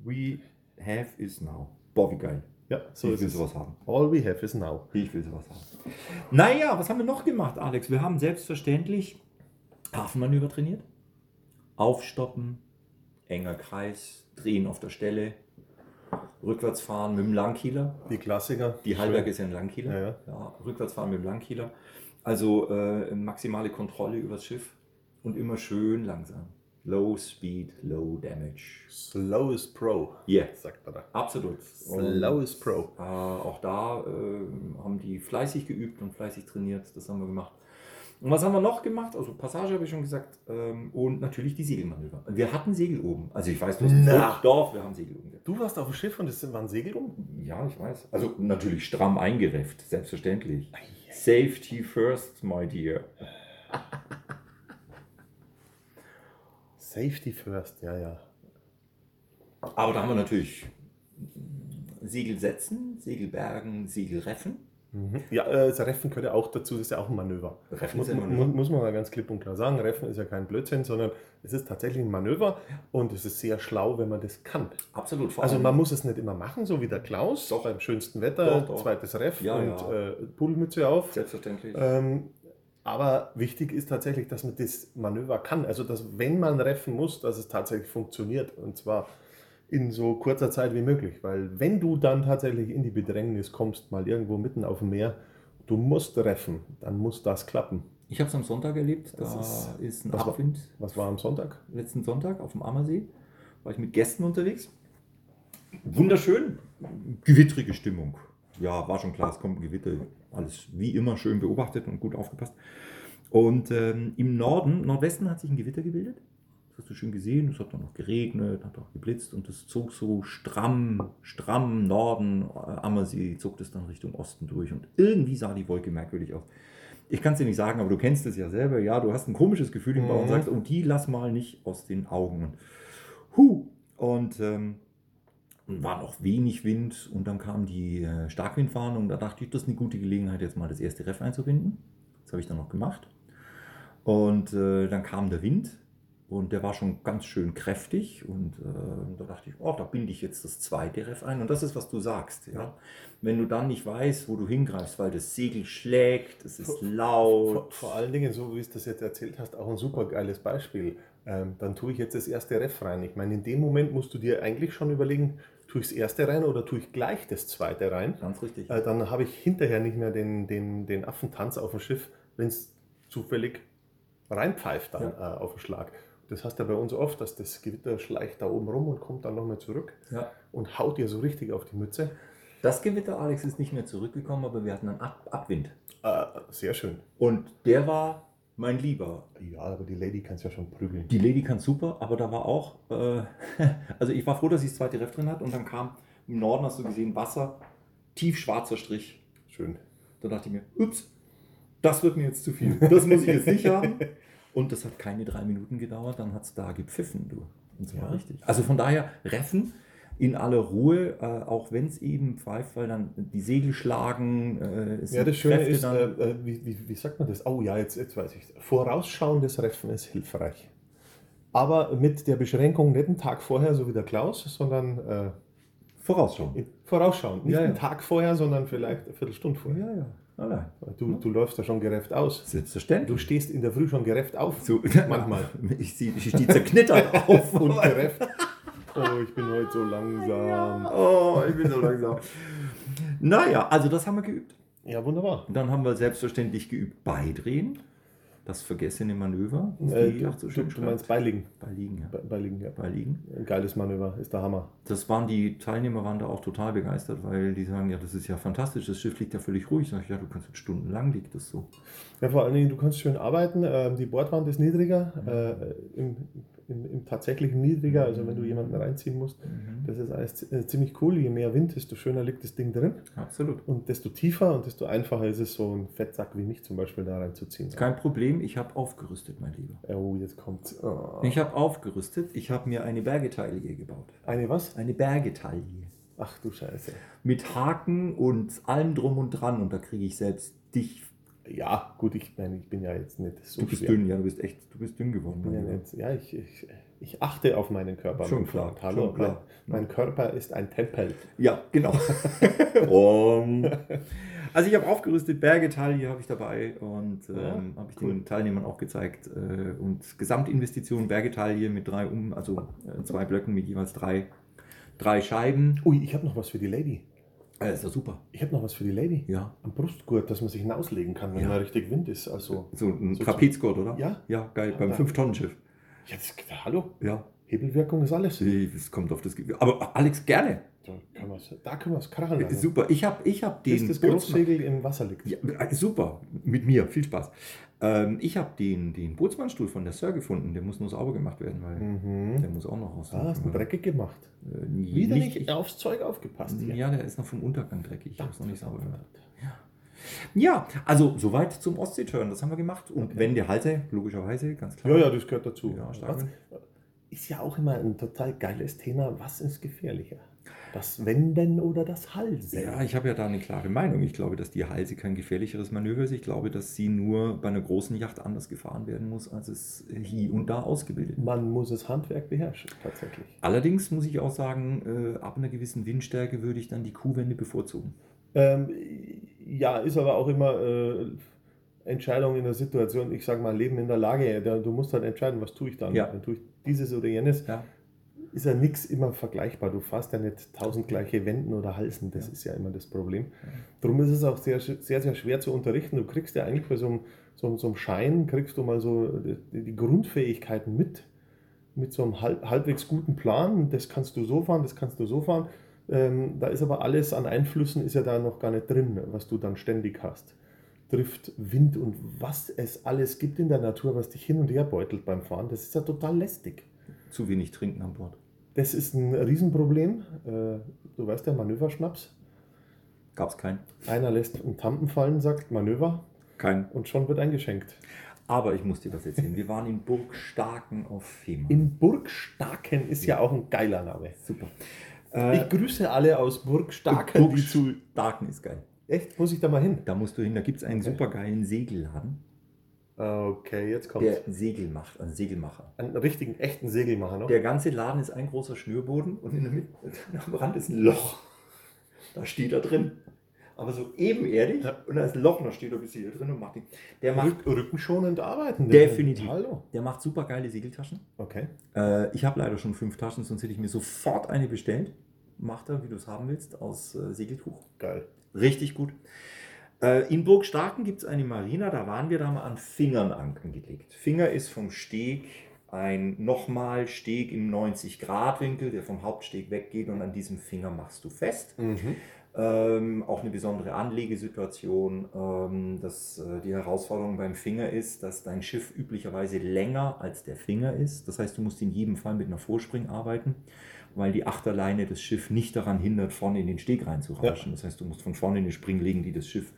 B: we have is now. Boah, wie geil.
A: Ja, so
B: ich
A: ist
B: will
A: es.
B: sowas haben.
A: All we have is now.
B: Ich will sowas haben. Naja, was haben wir noch gemacht, Alex? Wir haben selbstverständlich Hafenmanöver trainiert. Aufstoppen, enger Kreis, drehen auf der Stelle, rückwärts fahren mit dem Langkieler.
A: Die Klassiker.
B: Die Halberg ist ja ein Langkieler.
A: Ja, ja.
B: rückwärts fahren mit dem Langkieler. Also äh, maximale Kontrolle übers Schiff und immer schön langsam. Low Speed, Low Damage.
A: Slow is pro,
B: Yeah.
A: sagt man da.
B: Absolut.
A: Slow is pro.
B: Äh, auch da äh, haben die fleißig geübt und fleißig trainiert. Das haben wir gemacht. Und was haben wir noch gemacht? Also Passage habe ich schon gesagt. Ähm, und natürlich die Segelmanöver. Wir hatten Segel oben. Also ich weiß, du hast
A: Na.
B: Doch, wir haben Segel oben.
A: Du warst auf dem Schiff und es waren Segel um?
B: Ja, ich weiß. Also natürlich stramm eingerefft, selbstverständlich. Safety first, my dear.
A: Safety first, ja, ja.
B: Aber da haben wir natürlich Segel setzen, Segel bergen, Segel reffen.
A: Ja, äh, das Reffen gehört ja auch dazu, das ist ja auch ein Manöver.
B: Reffen
A: Muss,
B: ist ein
A: mu-
B: Manöver.
A: muss man mal ganz klipp und klar sagen, Reffen ist ja kein Blödsinn, sondern es ist tatsächlich ein Manöver und es ist sehr schlau, wenn man das kann.
B: Absolut. vor
A: Also
B: allem-
A: man muss es nicht immer machen, so wie der Klaus,
B: Doch.
A: beim schönsten Wetter,
B: Doch, doch.
A: zweites Ref
B: Ja,
A: und
B: ja.
A: Äh, Pudelmütze auf.
B: Selbstverständlich.
A: Ähm, aber wichtig ist tatsächlich, dass man das Manöver kann. Also, dass wenn man reffen muss, dass es tatsächlich funktioniert. Und zwar in so kurzer Zeit wie möglich. Weil wenn du dann tatsächlich in die Bedrängnis kommst, mal irgendwo mitten auf dem Meer, du musst reffen, dann muss das klappen.
B: Ich habe es am Sonntag erlebt. Da
A: Das
B: ist,
A: ist- also
B: ein
A: was war-
B: Abwind.
A: Was war am Sonntag?
B: Letzten Sonntag auf dem Ammersee war ich mit Gästen unterwegs. Wunderschön. Gewittrige Stimmung. Ja, war schon klar, es kommt ein Gewitter. Alles wie immer schön beobachtet und gut aufgepasst. Und ähm, im Norden, Nordwesten hat sich ein Gewitter gebildet. Das hast du schön gesehen, es hat dann noch geregnet, hat auch geblitzt und das zog so stramm, stramm Norden, äh, Ammersee, zog das dann Richtung Osten durch und irgendwie sah die Wolke merkwürdig aus. Ich kann es dir nicht sagen, aber du kennst es ja selber. Ja, du hast ein komisches Gefühl im Bauch und
A: Mhm.
B: sagst, oh, die lass mal nicht aus den Augen. Und, huh, und ähm, und war noch wenig Wind und dann kam die äh, Starkwindfahndung. Da dachte ich, das ist eine gute Gelegenheit, jetzt mal das erste Ref einzubinden. Das habe ich dann noch gemacht. Und äh, dann kam der Wind und der war schon ganz schön kräftig. Und äh, da dachte ich, oh, da binde ich jetzt das zweite Ref ein. Und das ist, was du sagst. Ja? Wenn du dann nicht weißt, wo du hingreifst, weil das Segel schlägt, es ist
A: Vor-
B: laut.
A: Vor, vor allen Dingen, so wie du es jetzt erzählt hast, auch ein super geiles Beispiel. Ähm, dann tue ich jetzt das erste Ref rein. Ich meine, in dem Moment musst du dir eigentlich schon überlegen, tue ich das erste rein oder tue ich gleich das zweite rein?
B: Ganz richtig.
A: Äh, dann habe ich hinterher nicht mehr den, den, den Affentanz auf dem Schiff, wenn es zufällig reinpfeift dann äh, auf den Schlag. Das hast du ja bei uns oft, dass das Gewitter schleicht da oben rum und kommt dann nochmal zurück
B: Ja.
A: und haut dir so richtig auf die Mütze.
B: Das Gewitter, Alex, ist nicht mehr zurückgekommen, aber wir hatten einen Ab Abwind.
A: Äh, sehr schön.
B: Und der war mein Lieber.
A: Ja, aber die Lady kann es ja schon prügeln.
B: Die Lady kann super, aber da war auch, äh, also ich war froh, dass sie das zweite Ref drin hat und dann kam im Norden, hast du gesehen, Wasser, tiefschwarzer Strich.
A: Schön.
B: Da dachte ich mir, ups, das wird mir jetzt zu viel. Das muss ich jetzt nicht haben. Und das hat keine drei Minuten gedauert, dann hat es da gepfiffen, du. Und zwar
A: Ja.
B: richtig. Also von daher, Reffen in aller Ruhe, äh, auch wenn es eben pfeift, weil dann die Segel schlagen. Äh, es
A: Ja,
B: sind
A: das Schöne
B: Kräfte
A: ist,
B: dann-
A: äh, äh, wie, wie, wie sagt man das? Oh ja, jetzt, jetzt weiß ich Vorausschauendes Reffen ist hilfreich. Aber mit der Beschränkung nicht einen Tag vorher, so wie der Klaus, sondern
B: vorausschauen.
A: äh, vorausschauend. Nicht
B: Ja, ja.
A: einen Tag vorher, sondern vielleicht eine Viertelstunde vorher.
B: Ja, ja. Allein.
A: Du, du läufst da schon gerefft aus. Du
B: Selbstverständlich.
A: stehst in der Früh schon gerefft auf.
B: So,
A: Manchmal.
B: Ich, sie- ich die zerknittert auf.
A: Und gerefft. Oh, ich bin heute so langsam.
B: Oh, ich bin so langsam. Naja, also das haben wir geübt.
A: Ja, wunderbar.
B: Dann haben wir selbstverständlich geübt Beidrehen. Das vergessene Manöver. wie
A: Äh,
B: die
A: du,
B: auch so schön
A: du, du
B: schreibt.
A: meinst Beiligen.
B: Beiliegen, ja.
A: Be- Beiligen, ja.
B: Beiliegen.
A: Ein geiles Manöver, ist der Hammer.
B: Das waren die Teilnehmer waren da auch total begeistert, weil die sagen, ja, das ist ja fantastisch, das Schiff liegt ja völlig ruhig. Sag ich, ja, du kannst jetzt stundenlang liegt das so.
A: Ja, vor allen Dingen, du kannst schön arbeiten, ähm, die Bordwand ist niedriger, äh, im, im, im tatsächlichen niedriger, also wenn du jemanden reinziehen musst.
B: Mhm.
A: Das ist alles zi- äh, ziemlich cool, je mehr Wind, desto schöner liegt das Ding drin
B: Absolut.
A: und desto tiefer und desto einfacher ist es, so einen Fettsack wie mich zum Beispiel da reinzuziehen.
B: Ist kein Problem, ich habe aufgerüstet, mein Lieber.
A: Oh, jetzt kommt oh.
B: Ich habe aufgerüstet, ich habe mir eine Bergetaille gebaut.
A: eine was?
B: Eine Bergetaille.
A: Ach du Scheiße.
B: Mit Haken und allem drum und dran. Und da kriege ich selbst dich.
A: Ja, gut, ich meine, ich bin ja jetzt nicht so
B: Du bist
A: schwer.
B: dünn, ja, du bist echt, du bist dünn geworden.
A: Ich bin
B: mein
A: ja,
B: Lieber.
A: nicht, ja ich, ich, ich achte auf meinen Körper.
B: Schon
A: mein
B: klar,
A: Freund. Hallo,
B: schon klar.
A: Mein, mein Körper ist ein Tempel.
B: Ja, genau. um. Also ich habe aufgerüstet, Bergetaille habe ich dabei und
A: Ja,
B: ähm, habe ich
A: cool.
B: den Teilnehmern auch gezeigt. Äh, und Gesamtinvestition Bergetaille mit drei um, also äh, zwei Blöcken mit jeweils drei, drei Scheiben.
A: Ui, ich habe noch was für die Lady.
B: Äh, ist doch super.
A: Ich habe noch was für die Lady.
B: Ja.
A: Am Brustgurt, dass man sich hinauslegen kann, wenn
B: Ja.
A: da richtig Wind ist. Also,
B: So ein
A: So-
B: Trapezgurt, oder?
A: Ja.
B: Ja, geil.
A: Ja,
B: Beim
A: da-
B: 5-Tonnen-Schiff.
A: jetzt, hallo,
B: Ja.
A: Hebelwirkung ist alles.
B: Es kommt auf das Gefühl. Aber Alex, gerne.
A: Da können wir's- da können wir es krachen lassen.
B: Äh, Super. Ich habe ich hab
A: Bis
B: den.
A: das
B: Bootsmann-
A: Großsegel im Wasser liegt.
B: ja, äh, super. Mit mir. Viel Spaß. Ähm, ich habe den, den Bootsmannstuhl von der Sir gefunden. Der muss nur sauber gemacht werden, weil
A: Mhm.
B: der muss auch noch raus.
A: Ah, hast du dreckig gemacht.
B: Äh, nie-
A: Wieder
B: nicht,
A: nicht, aufs Zeug aufgepasst.
B: ich,
A: hier.
B: ja, der ist noch vom Untergang dreckig. Ich habe es noch nicht sauber gemacht.
A: Verdammt.
B: Ja, also soweit zum Ostsee-Turn. Das haben wir gemacht. Und
A: Okay.
B: wenn der Halte, logischerweise, ganz klar.
A: Ja, ja, das gehört dazu.
B: Ja, stark.
A: was, ist ja auch immer ein total geiles Thema. Was ist gefährlicher? Das Wenden oder das Halsen?
B: Ja, ich habe ja da eine klare Meinung. Ich glaube, dass die Halse kein gefährlicheres Manöver ist. Ich glaube, dass sie nur bei einer großen Yacht anders gefahren werden muss, als es hier und da ausgebildet wird.
A: Man muss das Handwerk beherrschen, tatsächlich.
B: Allerdings muss ich auch sagen, äh, ab einer gewissen Windstärke würde ich dann die Kuhwende bevorzugen.
A: Ähm, ja, ist aber auch immer äh, Entscheidung in der Situation. Ich sage mal, Leben in der Lage. Da- Du musst halt entscheiden, was tue ich dann.
B: Ja.
A: Dann tue ich dieses oder jenes.
B: Ja.
A: Ist ja nichts immer vergleichbar. Du fährst ja nicht tausend gleiche Wenden oder Halsen. Das
B: Ja.
A: ist ja immer das Problem.
B: Ja.
A: Darum ist es auch sehr, sehr, sehr schwer zu unterrichten. Du kriegst ja eigentlich bei so einem, so, einem- so einem Schein, kriegst du mal so äh, die, die Grundfähigkeiten mit. Mit so einem halb, halbwegs guten Plan. Das kannst du so fahren, das kannst du so fahren. Ähm, da ist aber alles an Einflüssen ist ja da noch gar nicht drin, was du dann ständig hast. trifft Wind und was es alles gibt in der Natur, was dich hin und her beutelt beim Fahren. Das ist ja total lästig.
B: Zu wenig trinken an Bord.
A: Das ist ein Riesenproblem. Äh, Du weißt ja, Manöverschnaps.
B: Gab es keinen.
A: Einer lässt einen Tampen fallen, sagt Manöver
B: Kein.
A: und schon wird eingeschenkt.
B: Aber ich muss dir was erzählen. Wir waren in Burg Starken auf Fehmarn.
A: In Burgstarken ist ja auch ein geiler Name.
B: Super. Äh,
A: Ich grüße alle aus Burgstarken.
B: Burg
A: die zu-
B: Starken ist geil.
A: Echt? Muss ich da mal hin?
B: Da musst du hin. Da gibt es einen
A: Okay.
B: supergeilen Segelladen,
A: Okay, jetzt kommt
B: der Segel macht, also Segelmacher.
A: einen richtigen, echten Segelmacher noch.
B: Der ganze Laden ist ein großer Schnürboden und in der Mitte, am Rand ist ein Loch. Da steht er drin. Aber so ebenerdig.
A: Ja.
B: Und da ist ein Loch, und da steht er bis hier drin und macht ihn. Der macht,
A: Rück, rückenschonend arbeiten.
B: Definitiv.
A: Hallo.
B: der macht super geile Segeltaschen.
A: Okay.
B: Äh, ich habe leider schon fünf Taschen, sonst hätte ich mir sofort eine bestellt. Macht er, wie du es haben willst, aus äh, Segeltuch.
A: Geil.
B: Richtig gut. Äh, in Burg Starken gibt es eine Marina, da waren wir da mal an Fingernanken gelegt. Finger ist vom Steg ein nochmal Steg im 90-Grad-Winkel, der vom Hauptsteg weggeht und an diesem Finger machst du fest.
A: Mhm.
B: Ähm, auch eine besondere Anlegesituation. Ähm, dass, äh, die Herausforderung beim Finger ist, dass dein Schiff üblicherweise länger als der Finger ist. Das heißt, du musst in jedem Fall mit einer Vorspring arbeiten, weil die Achterleine das Schiff nicht daran hindert, vorne in den Steg reinzurauschen. Das heißt, du musst von vorne eine Spring legen, die das Schiff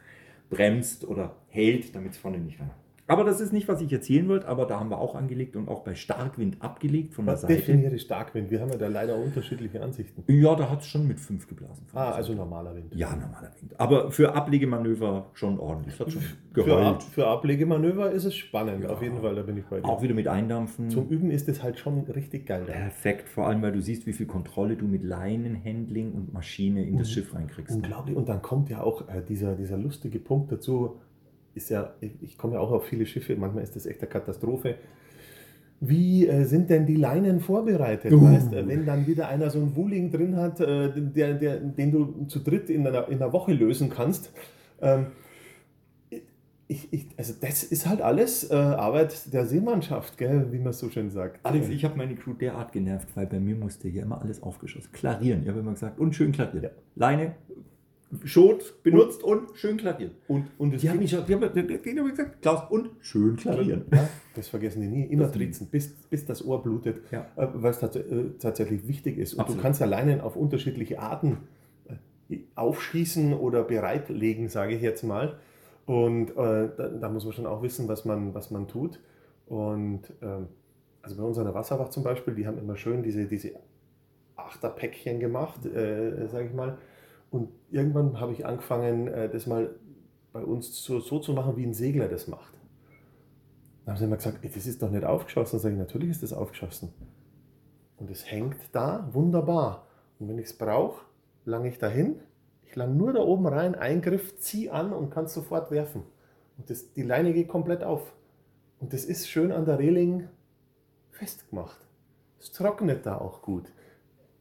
B: bremst oder hält, damit es vorne nicht rein. Aber das ist nicht, was ich erzählen wollte, aber da haben wir auch angelegt und auch bei Starkwind abgelegt von der
A: Was
B: Seite.
A: definiere Starkwind? Wir haben ja da leider unterschiedliche Ansichten.
B: Ja, da hat es schon mit fünf geblasen. von
A: Ah,
B: der Seite.
A: also normaler Wind.
B: Ja, normaler Wind. Aber für Ablegemanöver schon ordentlich. Das hat schon
A: Für, Ab
B: geheult.
A: für Ablegemanöver ist es spannend,
B: Ja.
A: auf jeden Fall, da bin ich bei dir.
B: Auch wieder mit Eindampfen.
A: Zum Üben ist es halt schon richtig geil.
B: Perfekt, vor allem weil du siehst, wie viel Kontrolle du mit Leinenhandling und Maschine in das
A: Mhm.
B: Schiff reinkriegst.
A: Unglaublich. Und dann kommt ja auch äh, dieser, dieser lustige Punkt dazu, ist ja, ich, ich komme ja auch auf viele Schiffe, manchmal ist das echt eine Katastrophe. Wie äh, sind denn die Leinen vorbereitet?
B: Uh.
A: Weißt, äh, wenn dann wieder einer so einen Wuling drin hat, äh, der, der, den du zu dritt in einer, in einer Woche lösen kannst. Ähm, ich, ich, also das ist halt alles äh, Arbeit der Seemannschaft, gell, wie man so schön sagt.
B: Alex, ich habe meine Crew derart genervt, weil bei mir musste hier immer alles aufgeschossen. Klarieren. Ich habe immer gesagt, und schön klarieren.
A: Ja.
B: Leine, Schot, benutzt und, schön klarieren.
A: und, und es
B: Die haben mich
A: gibt-
B: schon- die haben, die haben gesagt, Klaus, und schön klarieren.
A: Ja, das vergessen die nie. Immer
B: Das-
A: trizen, bis, bis das Ohr blutet.
B: Ja.
A: Äh, weil es tats äh, tatsächlich wichtig ist. Und
B: Absolut.
A: du kannst ja Leinen auf unterschiedliche Arten äh, aufschießen oder bereitlegen, sage ich jetzt mal. Und äh, da, da muss man schon auch wissen, was man, was man tut. Und ähm, also bei uns an der Wasserwacht zum Beispiel, die haben immer schön diese, diese Achterpäckchen gemacht, äh, sage ich mal. Und irgendwann habe ich angefangen, äh, das mal bei uns so, so zu machen, wie ein Segler das macht. Dann haben sie immer gesagt, "Ey, das ist doch nicht aufgeschossen. Dann sage ich, natürlich ist das aufgeschossen. Und es hängt da wunderbar. Und wenn ich es brauche, lange ich dahin. Ich lang nur da oben rein, Eingriff, zieh an und kann sofort werfen. Und das, die Leine geht komplett auf. Und das ist schön an der Reling festgemacht. Es trocknet da auch gut.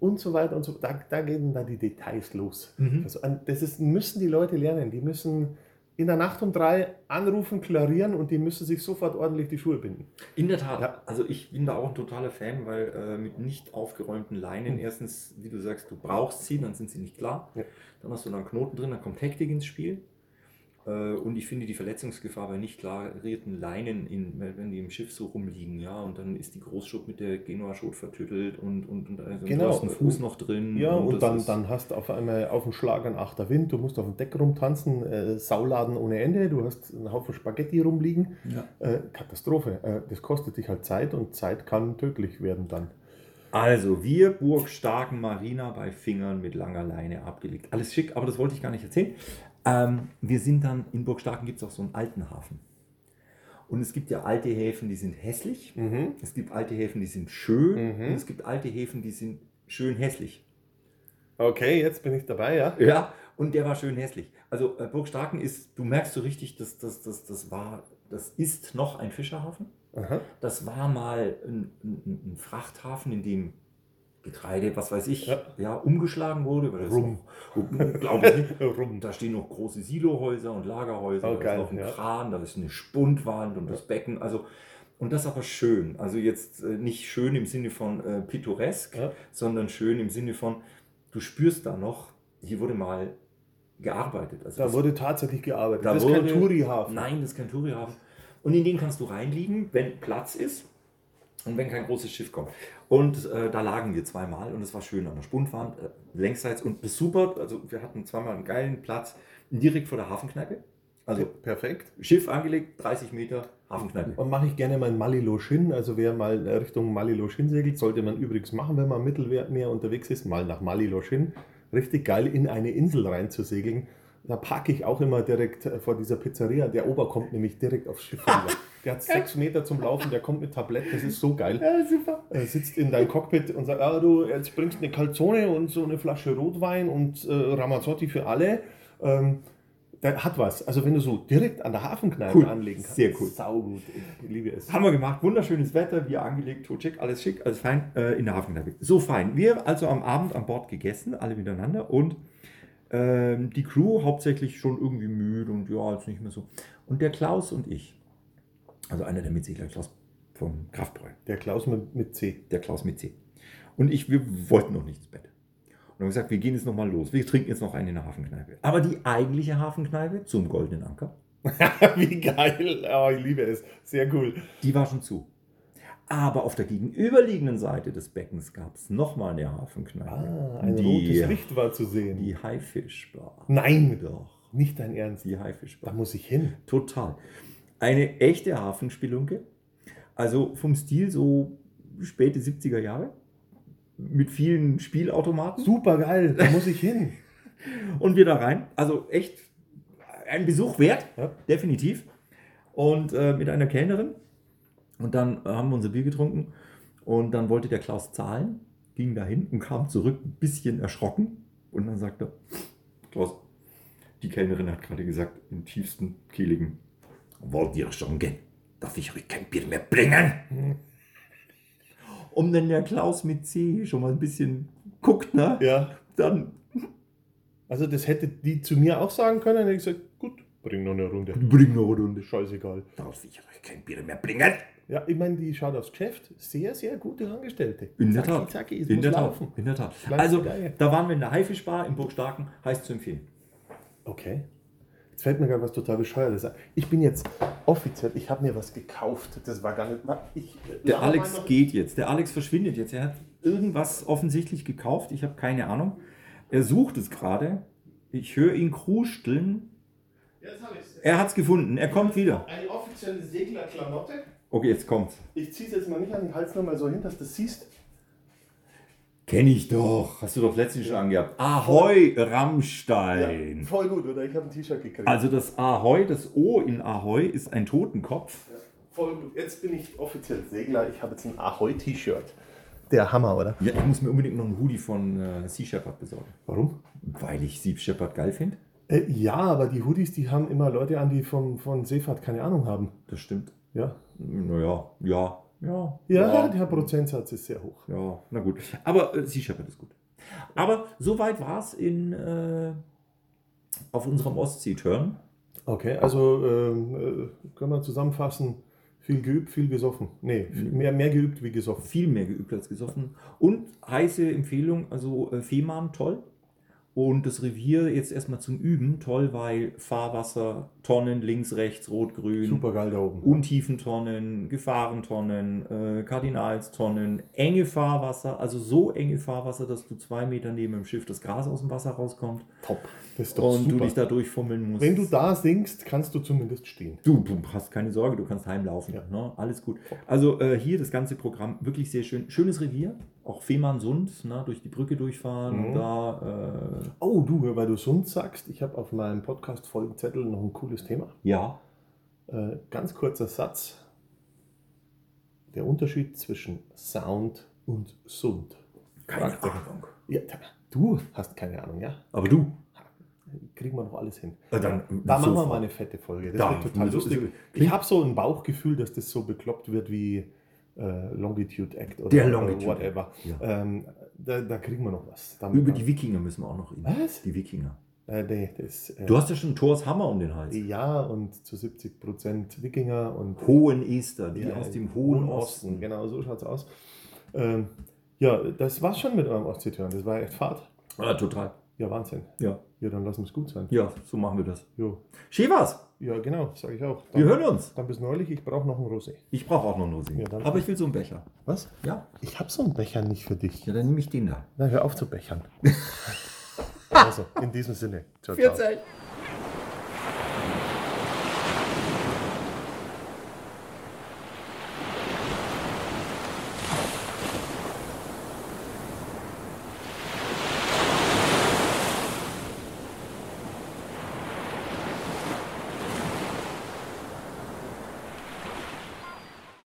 A: Und so weiter und so. Da, da gehen dann die Details los.
B: Mhm.
A: Also an, das ist, müssen die Leute lernen. Die müssen in der Nacht um drei anrufen, klarieren und die müssen sich sofort ordentlich die Schuhe binden.
B: In der Tat.
A: Ja.
B: Also ich bin da auch ein totaler Fan, weil äh, mit nicht aufgeräumten Leinen
A: Mhm.
B: erstens, wie du sagst, du brauchst sie, dann sind sie nicht klar.
A: Ja.
B: Dann hast du da einen Knoten drin, dann kommt Hektik ins Spiel. Äh, und ich finde die Verletzungsgefahr bei nicht klarierten Leinen, in, wenn wenn die im Schiff so rumliegen, ja, und dann ist die Großschot mit der Genua-Schot vertüttelt und, und, und also
A: Genau.
B: du hast einen Fuß noch drin.
A: Ja, Hm, und,
B: das
A: dann,
B: ist-
A: dann hast du auf einmal auf dem Schlag einen achter Wind, du musst auf dem Deck rumtanzen, äh, Sauladen ohne Ende, du hast einen Haufen Spaghetti rumliegen.
B: Ja.
A: Äh, Katastrophe. Äh, das kostet dich halt Zeit und Zeit kann tödlich werden dann.
B: Also, wir Burg Starken Marina bei Fingern mit langer Leine abgelegt. Alles schick, aber das wollte ich gar nicht erzählen. Ähm, wir sind dann, in Burg Starken gibt es auch so einen alten Hafen. Und es gibt ja alte Häfen, die sind hässlich.
A: Mhm.
B: Es gibt alte Häfen, die sind schön.
A: Mhm.
B: Und es gibt alte Häfen, die sind schön hässlich.
A: Okay, jetzt bin ich dabei, ja.
B: Ja, und der war schön hässlich. Also, äh, Burg Starken ist, du merkst so richtig, dass das, das, das war, das ist noch ein Fischerhafen.
A: Aha.
B: Das war mal ein, ein, ein Frachthafen, in dem Getreide, was weiß ich, ja.
A: Ja.
B: umgeschlagen wurde. Weil das
A: Rum.
B: Noch, glaube ich nicht.
A: Rum.
B: Und da stehen noch große Silohäuser und Lagerhäuser,
A: Oh,
B: da
A: geil,
B: ist noch ein
A: ja.
B: Kran, da ist eine Spundwand und das Becken. Also, und das aber schön. Also jetzt äh, nicht schön im Sinne von äh, pittoresk,
A: Ja.
B: sondern schön im Sinne von, du spürst da noch, hier wurde mal gearbeitet. Also
A: Da
B: das-
A: wurde tatsächlich gearbeitet.
B: Da
A: das ist
B: wurde-
A: kein Tourihafen.
B: Nein, das ist kein Tourihafen. Und in den kannst du reinliegen, wenn Platz ist und wenn kein großes Schiff kommt. Und äh, da lagen wir zweimal und es war schön an der Spundwand, äh, längsseits und das super. Also wir hatten zweimal einen geilen Platz direkt vor der Hafenkneipe. Also
A: Perfekt.
B: Schiff angelegt, 30 Meter Hafenkneipe.
A: Und mache ich gerne mein Maliloschin. Also wer mal Richtung Maliloschin segelt, sollte man übrigens machen, wenn man im Mittelmeer unterwegs ist, mal nach Maliloschin. Richtig geil in eine Insel reinzusegeln. Da parke ich auch immer direkt äh, vor dieser Pizzeria. Der Ober kommt nämlich direkt aufs Schiff. rüber. Der hat sechs Meter zum Laufen, der kommt mit Tablett, das ist so geil.
B: Ja, super.
A: äh, sitzt in deinem Cockpit und sagt, ah, du, jetzt bringst eine Calzone und so eine Flasche Rotwein und äh, Ramazzotti für alle. Ähm, der hat was. Also wenn du so direkt an der Hafenkneipe
B: Cool.
A: anlegen kannst.
B: Sehr cool.
A: Saugut. Ich liebe es.
B: Haben wir gemacht, wunderschönes Wetter, wir angelegt, Tocheck, alles schick, alles fein, äh, in der Hafenkneipe. So fein. Wir also am Abend an Bord gegessen, alle miteinander und ähm, die Crew hauptsächlich schon irgendwie müde und ja, jetzt nicht mehr so. Und der Klaus und ich, also einer der Mitsegler, Klaus vom Kraftbräu,
A: Der Klaus mit, mit C.
B: der Klaus mit C. Und ich, wir wollten noch nicht ins Bett. Und haben gesagt, wir gehen jetzt nochmal los, wir trinken jetzt noch einen in der Hafenkneipe. Aber die eigentliche Hafenkneipe zum Goldenen Anker,
A: Wie geil. Oh, ich liebe es. Sehr cool.
B: Die war schon zu. Aber auf der gegenüberliegenden Seite des Beckens gab es nochmal eine Hafenkneipe.
A: Ah, ein
B: die,
A: rotes Licht war zu sehen.
B: Die Haifischbar.
A: Nein,
B: Doch,
A: nicht dein Ernst.
B: die
A: Da
B: Haifischbar.
A: muss ich hin.
B: Total. Eine echte Hafenspelunke. Also vom Stil so späte 70er Jahre. Mit vielen Spielautomaten.
A: Super geil. Da muss ich hin.
B: Und wir da rein. Also echt ein Besuch wert,
A: Ja.
B: definitiv. Und äh, mit einer Kellnerin. Und dann äh, haben wir unser Bier getrunken. Und dann wollte der Klaus zahlen, ging dahin und kam zurück, ein bisschen erschrocken. Und dann sagte er, Klaus, die Kellnerin hat gerade gesagt, im tiefsten Kehligen, wollt ihr schon gehen? Darf ich euch kein Bier mehr bringen? Und wenn der Klaus mit C schon mal ein bisschen guckt, ne?
A: Ja.
B: Dann
A: Also das hätte die zu mir auch sagen können. Dann hätte ich gesagt, gut, bring noch eine Runde.
B: bring noch eine Runde.
A: Scheißegal.
B: Darf ich euch kein Bier mehr bringen?
A: Ja, ich meine, die schaut aufs Geschäft. Sehr, sehr gute Angestellte.
B: In der
A: Zacki,
B: Tat.
A: Zacki, es
B: In
A: muss
B: der Tat.
A: laufen.
B: In der Tat.
A: Kleine
B: Also,
A: Geige.
B: da waren wir in der Haifischbar in Burg Starken, heißt zu empfehlen.
A: Okay. Jetzt fällt mir gerade was total Bescheuertes ein. Ich bin jetzt offiziell, ich habe mir was gekauft. Das war gar nicht mal. Ich,
B: Der
A: Laber mal
B: Alex
A: noch-
B: geht jetzt. Der Alex verschwindet jetzt. Er hat irgendwas offensichtlich gekauft. Ich habe keine Ahnung. Er sucht es gerade. Ich höre ihn krusteln.
A: Jetzt hab ich's.
B: Er hat es gefunden. Er kommt wieder.
A: Eine offizielle Seglerklamotte.
B: Okay, jetzt kommt's.
A: Ich ziehe es jetzt mal nicht an den Hals nochmal so hin, dass du es siehst.
B: Kenn ich doch. Hast du doch letztens schon angehabt. Ahoi, Rammstein.
A: Ja, voll gut, oder? Ich habe ein T-Shirt gekriegt.
B: Also das Ahoi, das O in Ahoi ist ein Totenkopf.
A: voll gut. Jetzt bin ich offiziell Segler. Ich habe jetzt ein Ahoi-T-Shirt. Der Hammer, oder?
B: Ja, ich muss mir unbedingt noch einen Hoodie von äh, Sea Shepherd besorgen.
A: Warum?
B: Weil ich Sea Shepherd geil finde.
A: Äh, ja, aber die Hoodies, die haben immer Leute an, die vom, von Seefahrt keine Ahnung haben.
B: Das stimmt.
A: Ja.
B: Naja, ja. Ja.
A: Ja,
B: Ja,
A: der Prozentsatz ist sehr hoch.
B: ja. na gut. Aber äh, Sea Shepherd ist gut. Aber soweit war es in äh, auf unserem Ostsee-Turn.
A: Okay, also ähm, äh, können wir zusammenfassen, viel geübt, viel gesoffen. Nee, viel- mehr, mehr geübt wie gesoffen.
B: Viel mehr geübt als gesoffen. Und heiße Empfehlung, also äh, Fehmarn, toll. Und das Revier jetzt erstmal zum Üben, toll, weil Fahrwasser, Tonnen links, rechts, rot, grün.
A: Super geil da oben.
B: Untiefentonnen, Gefahrentonnen, äh, Kardinalstonnen, enge Fahrwasser, also so enge Fahrwasser, dass du zwei Meter neben dem Schiff das Gras aus dem Wasser rauskommt
A: top. Das ist doch
B: und du
A: super.
B: dich da durchfummeln musst.
A: Wenn du da singst, kannst du zumindest stehen.
B: Du, du hast keine Sorge, du kannst heimlaufen.
A: Ja.
B: Ne? Alles gut. Also äh, hier das ganze Programm, wirklich sehr schön. Schönes Revier, auch Fehmarnsund, ne? durch die Brücke durchfahren.
A: Mhm.
B: Da, äh,
A: Oh, du, weil du Sund sagst, ich habe auf meinem Podcast-Folgenzettel noch ein cooles Thema.
B: ja,
A: Äh, ganz kurzer Satz. Der Unterschied zwischen Sound und Sund.
B: keine
A: Praktisch.
B: Ahnung.
A: Ja, du hast keine Ahnung, ja?
B: Aber du,
A: Kriegen wir noch alles hin.
B: äh, dann,
A: Da machen wir
B: sofort.
A: mal eine fette Folge. Das
B: Da, also,
A: wird total
B: so-
A: lustig.
B: so-
A: Ich habe so ein Bauchgefühl, dass das so bekloppt wird wie äh, Longitude Act oder
B: Der Longitude
A: oder whatever.
B: Ja.
A: Ähm, da, da kriegen wir noch was. Da-
B: Über die Wikinger müssen wir auch noch reden.
A: Was?
B: Die Wikinger.
A: Äh, nee, das, äh,
B: Du hast ja schon Thors Hammer um den Hals.
A: ja, und zu 70 Prozent Wikinger und
B: Hohen Ester, die
A: Ja,
B: aus dem Hohen Osten.
A: Genau, so schaut's aus. Ähm, ja, das war's schon mit eurem Ostseeturn. Das war echt Fahrt.
B: Ah, total.
A: Ja, Wahnsinn.
B: Ja.
A: Ja, dann lassen wir es gut sein.
B: ja, so machen wir das.
A: Jo.
B: Schäfers,
A: Ja, genau, sage ich auch.
B: wir
A: Dann-
B: hören uns.
A: Dann bis neulich, ich brauche noch einen Rosé.
B: Ich brauche auch noch einen Rosé.
A: Ja, dann-
B: Aber ich will so einen Becher.
A: Was?
B: Ja,
A: Ich habe so einen Becher nicht für dich.
B: ja dann nehme ich den da.
A: Na, hör auf zu bechern. also, in diesem Sinne. Ciao, ciao.